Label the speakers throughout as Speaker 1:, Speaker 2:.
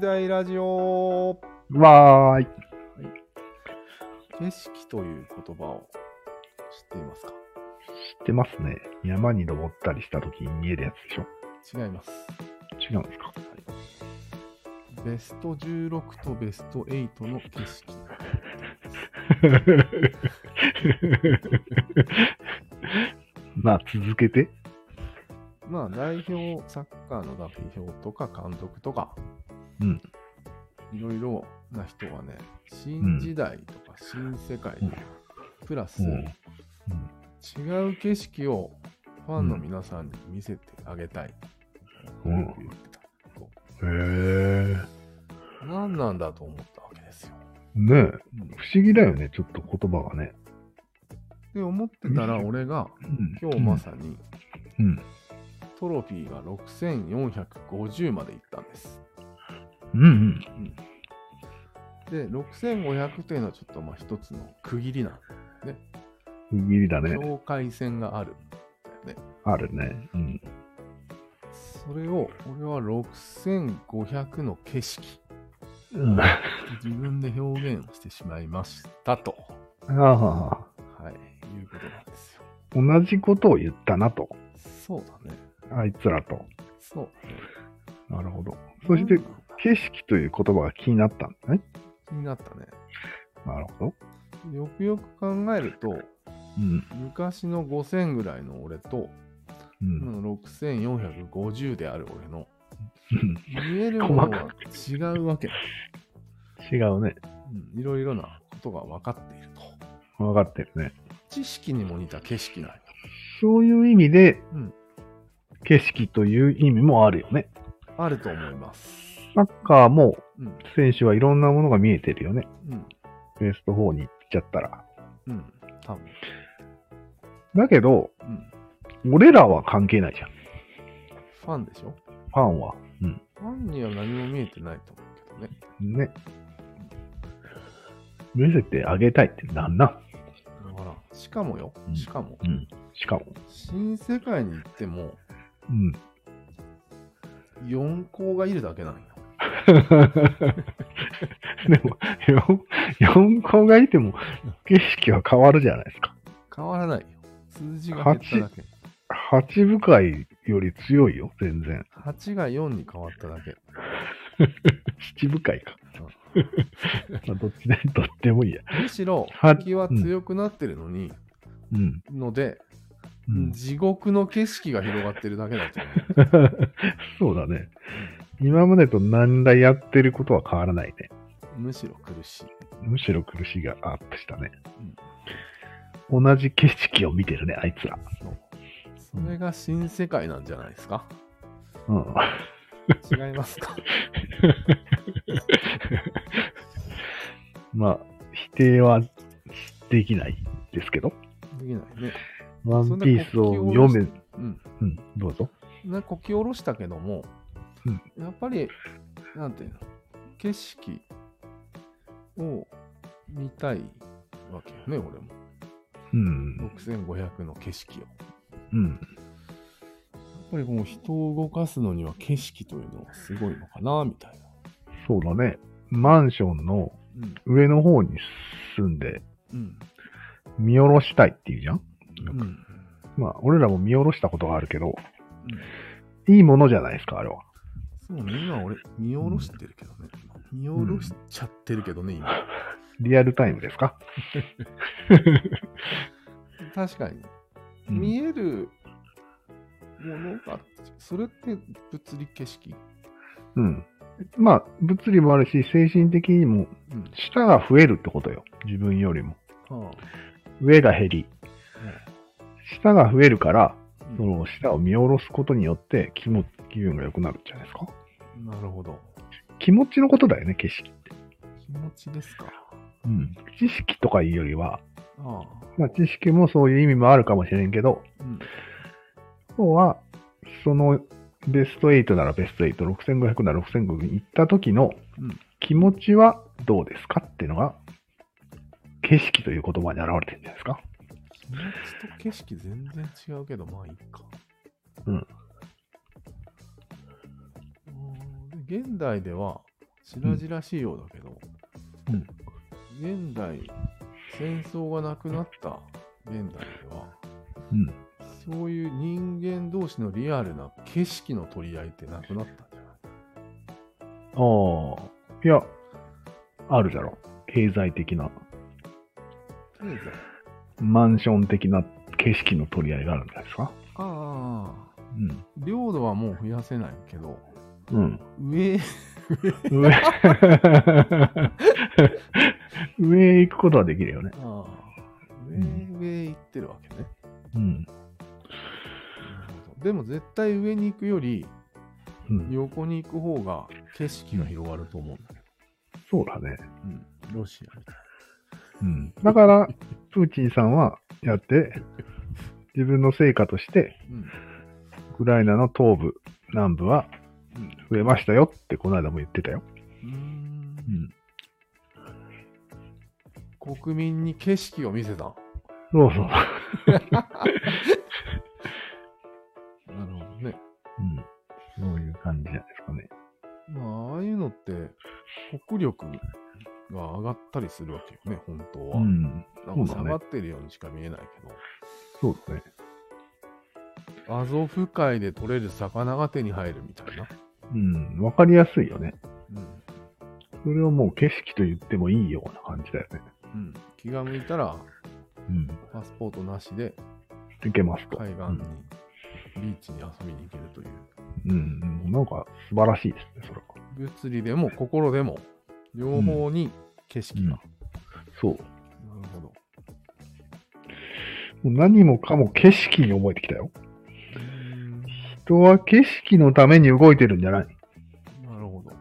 Speaker 1: 大ラジオ
Speaker 2: わーい。
Speaker 1: 景色という言葉を知っていますか
Speaker 2: 知ってますね。山に登ったりした時に見えるやつでしょ
Speaker 1: 違います、
Speaker 2: 違うんですか
Speaker 1: はい、ベスト16とベスト8の景色
Speaker 2: まあ、続けて。
Speaker 1: まあ代表サッカーの代表とか監督とか
Speaker 2: うん。
Speaker 1: いろいろな人はね新時代とか新世界とか、プラス、
Speaker 2: うん
Speaker 1: 違う景色をファンの皆さんに見せてあげたい、
Speaker 2: うん
Speaker 1: よく言ってた
Speaker 2: へえ。
Speaker 1: 何なんだと思ったわけですよ、
Speaker 2: ねえ。
Speaker 1: うん
Speaker 2: 不思議だよね、ちょっと言葉がね。
Speaker 1: で思ってたら俺が
Speaker 2: うん
Speaker 1: 今日まさに
Speaker 2: うん。
Speaker 1: トロフィーが6450までいったんです。
Speaker 2: うんうん。
Speaker 1: で、6500というのはちょっとまあ一つの区切りな
Speaker 2: 不思議だね。
Speaker 1: 境界線があるんだよね。
Speaker 2: あるね。うん。
Speaker 1: それを俺は6500の景色、
Speaker 2: うん。あ
Speaker 1: 自分で表現をしてしまいましたと、
Speaker 2: あ。
Speaker 1: はい、いうことなんですよ。
Speaker 2: 同じことを言ったなと。
Speaker 1: そうだね。
Speaker 2: あいつらと。
Speaker 1: そうだね。
Speaker 2: なるほど。そして
Speaker 1: なん、だ
Speaker 2: 景色という言葉が気になったんだね。
Speaker 1: 気になったね。
Speaker 2: なるほど。
Speaker 1: よくよく考えると、
Speaker 2: うん。
Speaker 1: 昔の5000ぐらいの俺と、
Speaker 2: うん
Speaker 1: 今。の6450である俺の
Speaker 2: うん
Speaker 1: 見えるもの
Speaker 2: 細
Speaker 1: は違うわけ、
Speaker 2: 違うね。
Speaker 1: うん、いろいろなことが分かっていると
Speaker 2: 分かってるね。
Speaker 1: 知識にも似た景色なんよ
Speaker 2: そういう意味で、
Speaker 1: うん
Speaker 2: 景色という意味もあるよね。
Speaker 1: あると思います
Speaker 2: サッカーも
Speaker 1: うん
Speaker 2: 選手はいろんなものが見えてるよね。
Speaker 1: うん
Speaker 2: ベスト4に行っちゃったら。
Speaker 1: うん多分
Speaker 2: だけど、
Speaker 1: うん
Speaker 2: 俺らは関係ないじゃん。
Speaker 1: ファンでしょ
Speaker 2: ファンは。うん。
Speaker 1: ファンには何も見えてないと思うけどね
Speaker 2: ね。見せてあげたいってなんな
Speaker 1: だ
Speaker 2: ん
Speaker 1: からしかもよ
Speaker 2: うん
Speaker 1: しかも
Speaker 2: うん。しかも。
Speaker 1: 新世界に行っても
Speaker 2: うん。
Speaker 1: 4校がいるだけなんよ
Speaker 2: でも、4校がいても景色は変わるじゃないですか。
Speaker 1: 変わらないよ数字が減っただけ
Speaker 2: 8部会より強いよ、全然。
Speaker 1: 8が4に変わっただけ
Speaker 2: 七部会か。 まあどっちで、どっちでもいいや。
Speaker 1: むしろ
Speaker 2: は
Speaker 1: 敵は強くなってるのに、
Speaker 2: うん。
Speaker 1: ので、
Speaker 2: うん、
Speaker 1: 地獄の景色が広がってるだけだと思う。
Speaker 2: そうだね。今までと何らやってることは変わらないね。
Speaker 1: むしろ苦しい。
Speaker 2: むしろ苦しがアップしたね。同じ景色を見てるね、あいつら。
Speaker 1: そうそれが新世界なんじゃないですか
Speaker 2: うん。
Speaker 1: 違います か
Speaker 2: まあ、否定はできないですけど。
Speaker 1: できないね。
Speaker 2: ワンピースを読め、
Speaker 1: うん。
Speaker 2: うん、どうぞ。
Speaker 1: なこき下ろしたけども、
Speaker 2: うん
Speaker 1: やっぱり、なんていうの、景色を見たいわけよね、俺も。
Speaker 2: うん、
Speaker 1: 6500の景色を。や
Speaker 2: うん、
Speaker 1: っぱりもう人を動かすのには景色というのはすごいのかな、みたいな。
Speaker 2: そうだね。マンションの
Speaker 1: うん。
Speaker 2: 上の方に住んで
Speaker 1: うん。
Speaker 2: 見下ろしたいっていうじゃん
Speaker 1: うん。
Speaker 2: まあ、俺らも見下ろしたことがあるけど、いいものじゃないですか、あれは。
Speaker 1: そうね、今俺、見下ろしてるけどね。見下ろしちゃってるけどね、今。
Speaker 2: リアルタイムですか、
Speaker 1: 確かに。
Speaker 2: うん
Speaker 1: 見えるものが、それって物理景色
Speaker 2: うん。まあ、物理もあるし、精神的にも、
Speaker 1: うん。
Speaker 2: 舌が増えるってことよ。自分よりも。
Speaker 1: は
Speaker 2: 上が減り。舌が増えるから、
Speaker 1: あ
Speaker 2: その舌を見下ろすことによって気も気分が良くなるんじゃないですか
Speaker 1: うんなるほど。
Speaker 2: 気持ちのことだよね、景色。
Speaker 1: 気持ちですか。
Speaker 2: うん。知識とかいうよりは、
Speaker 1: ああ。
Speaker 2: まあ、知識もそういう意味もあるかもしれんけど、
Speaker 1: うん。
Speaker 2: 今日は、そのベスト8ならベスト8、6500なら6500に行った時の
Speaker 1: うん
Speaker 2: 気持ちはどうですかっていうのが、景色という言葉に表れてるんじゃないですか。
Speaker 1: 気持ちと景色全然違うけど、まあいいか。
Speaker 2: うん
Speaker 1: うーん。で現代では、白々しいようだけど、
Speaker 2: うん
Speaker 1: 現代、戦争がなくなった現代では、
Speaker 2: うん。
Speaker 1: そういう人間同士のリアルな景色の取り合いってなくなったんじゃない
Speaker 2: ああ。いや、あるだろ。経済的な、
Speaker 1: とりあえず
Speaker 2: マンション的な景色の取り合いがあるんじゃないですか。
Speaker 1: ああ、領土はもう増やせないけど、
Speaker 2: うん。
Speaker 1: 上、
Speaker 2: うん。上、 上へ行くことはできるよね。
Speaker 1: ああ上、
Speaker 2: ん
Speaker 1: 上行ってるわけね。
Speaker 2: うん。
Speaker 1: なるほどでも絶対上に行くより
Speaker 2: うん、
Speaker 1: 横に行く方が景色が広がると思うんだけ
Speaker 2: そうだね。
Speaker 1: ど、うん、ロシアみたい
Speaker 2: うん。だから、プーチンさんはやって、自分の成果として、
Speaker 1: な。
Speaker 2: ウクライナの東部、南部は増えましたよってこの間も言ってたよ。
Speaker 1: うん、
Speaker 2: うん。
Speaker 1: うん国民に景色を見せた。な
Speaker 2: そうそう。
Speaker 1: るほどね。
Speaker 2: うん。そういう感じじゃないですかね。
Speaker 1: まあ、ああいうのって国力が上がったりするわけよね、本当は。
Speaker 2: ん。
Speaker 1: なんか
Speaker 2: そ
Speaker 1: 下
Speaker 2: うだね
Speaker 1: がってるようにしか見えないけど。
Speaker 2: そうだね。
Speaker 1: アゾフ海で取れる魚が手に入るみたいな。
Speaker 2: うん。わかりやすいよね。
Speaker 1: うん。
Speaker 2: それをもう景色と言ってもいいような感じだよね。
Speaker 1: うん、気が向いたら、
Speaker 2: うん。
Speaker 1: パスポートなしで
Speaker 2: いけますと。
Speaker 1: 海岸に、ビーチに遊びに行けるという。
Speaker 2: うん。うん。なんか素晴らしいですね、それは。
Speaker 1: 物理でも心でも、両方に景色が。
Speaker 2: そう。
Speaker 1: なるほど。
Speaker 2: もう何もかも景色に覚えてきたよ。人は景色のために動いてるんじゃない
Speaker 1: なるほど。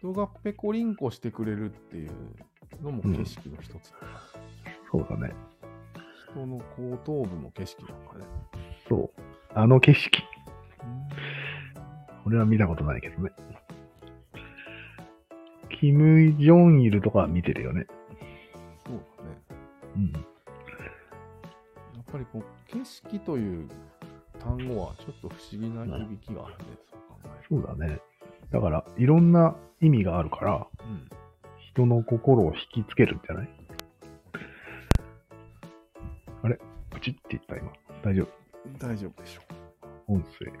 Speaker 1: 人がペコリンコしてくれるっていうのも景色の一つ。
Speaker 2: そうだね。
Speaker 1: 人の後頭部も景色なんかね。
Speaker 2: そう。あの景色。俺は見たことないけどね。キム・ジョンイルとかは見てるよね。
Speaker 1: そうだね。
Speaker 2: うん。
Speaker 1: やっぱりこう景色という単語はちょっと不思議な響きがあるね、そう考
Speaker 2: そうだね。だから、いろんな意味があるから、
Speaker 1: える。うん。
Speaker 2: 人の心を引きつけるんじゃないあれプチって言った今。大丈夫。
Speaker 1: 大丈夫でしょ
Speaker 2: 音声。
Speaker 1: う。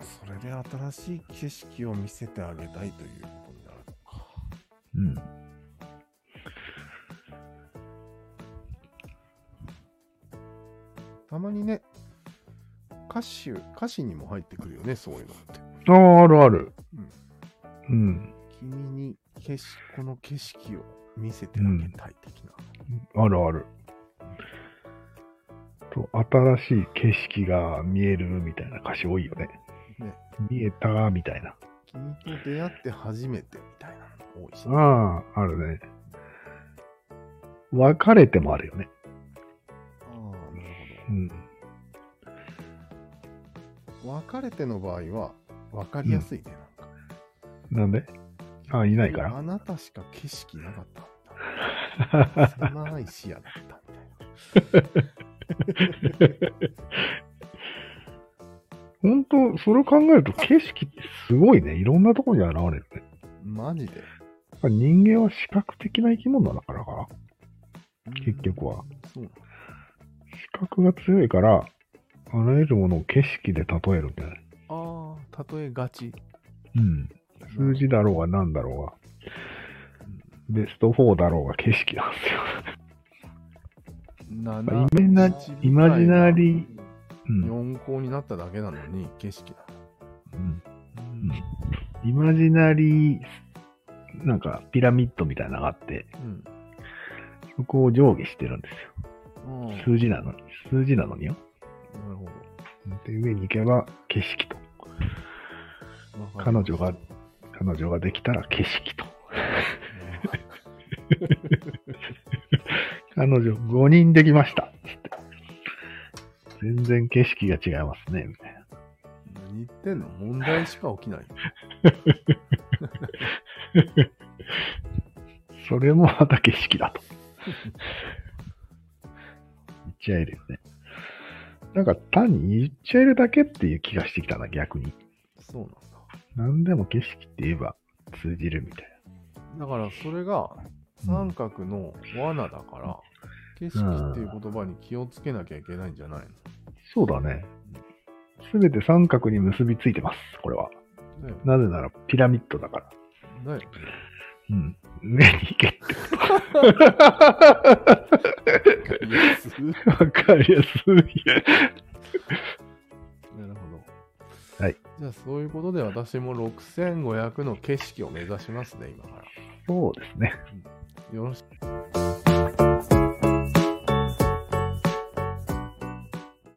Speaker 1: それで新しい景色を見せてあげたいということになるのか。
Speaker 2: うん。
Speaker 1: たまにね、歌詞、歌詞にも入ってくるよね、そういうのって。
Speaker 2: ああ、あるある。うん。
Speaker 1: 君に景色、この景色を見せてあげたい的な。
Speaker 2: あるある。と、新しい景色が見えるみたいな歌詞多いよね。
Speaker 1: ね
Speaker 2: 見えたみたいな。
Speaker 1: 君と出会って初めてみたいなのも多いしね、
Speaker 2: ああ、あるね。別れてもあるよね。
Speaker 1: ああ、なる
Speaker 2: うん。
Speaker 1: ほど。別れての場合は分かりやすいね、なんか。
Speaker 2: なんであいないから
Speaker 1: あなたしか景色なかったんだ。狭い視野だったみたいな。
Speaker 2: 本当それを考えると景色ってすごいね。いろんなところに現れるね。
Speaker 1: マジで。
Speaker 2: やっぱ人間は視覚的な生き物だからか。結局は
Speaker 1: うん。そうなの
Speaker 2: 視覚が強いから、あらゆるものを景色で例えるんじゃない
Speaker 1: ああ、例えがち。
Speaker 2: うん。数字だろうが何だろうが、ベスト4だろうが景色なんですよ。
Speaker 1: な
Speaker 2: まあイメナイマジナリー。うん
Speaker 1: 4校になっただけなのに、景色だ。
Speaker 2: うんイマジナリー、なんかピラミッドみたいなのがあって、
Speaker 1: うん。
Speaker 2: そこを上下してるんです
Speaker 1: うん。な
Speaker 2: よ。数字なのに、数字なのによ。
Speaker 1: るほど。
Speaker 2: で、上に行けば景色と。
Speaker 1: わかり
Speaker 2: 彼
Speaker 1: ます
Speaker 2: 女が、彼女ができたら景色と。彼女5人できました。つって。全然景色が違いますね、みたいな。
Speaker 1: 何言ってんの問題しか起きない。
Speaker 2: それもまた景 色だと。言っちゃえるよね。なんか単に言っちゃえるだけっていう気がしてきたな、逆に。
Speaker 1: そうなんだ。
Speaker 2: 何でも景色って言えば通じるみたい
Speaker 1: だからそれが三角の罠だから、景色っていう言葉に気をつけなきゃいけないんじゃないの
Speaker 2: な。そうだね。すべて三角に結びついてます、これは。
Speaker 1: だ よね
Speaker 2: なぜならピラミッドだから。
Speaker 1: だよね
Speaker 2: うん。上に行けって
Speaker 1: いやすな
Speaker 2: こと。わかりやすい。
Speaker 1: るほど。
Speaker 2: はい。
Speaker 1: じゃあそういうことで私も6500の景色を目指しますね、今から。
Speaker 2: そうですね。
Speaker 1: よろしく。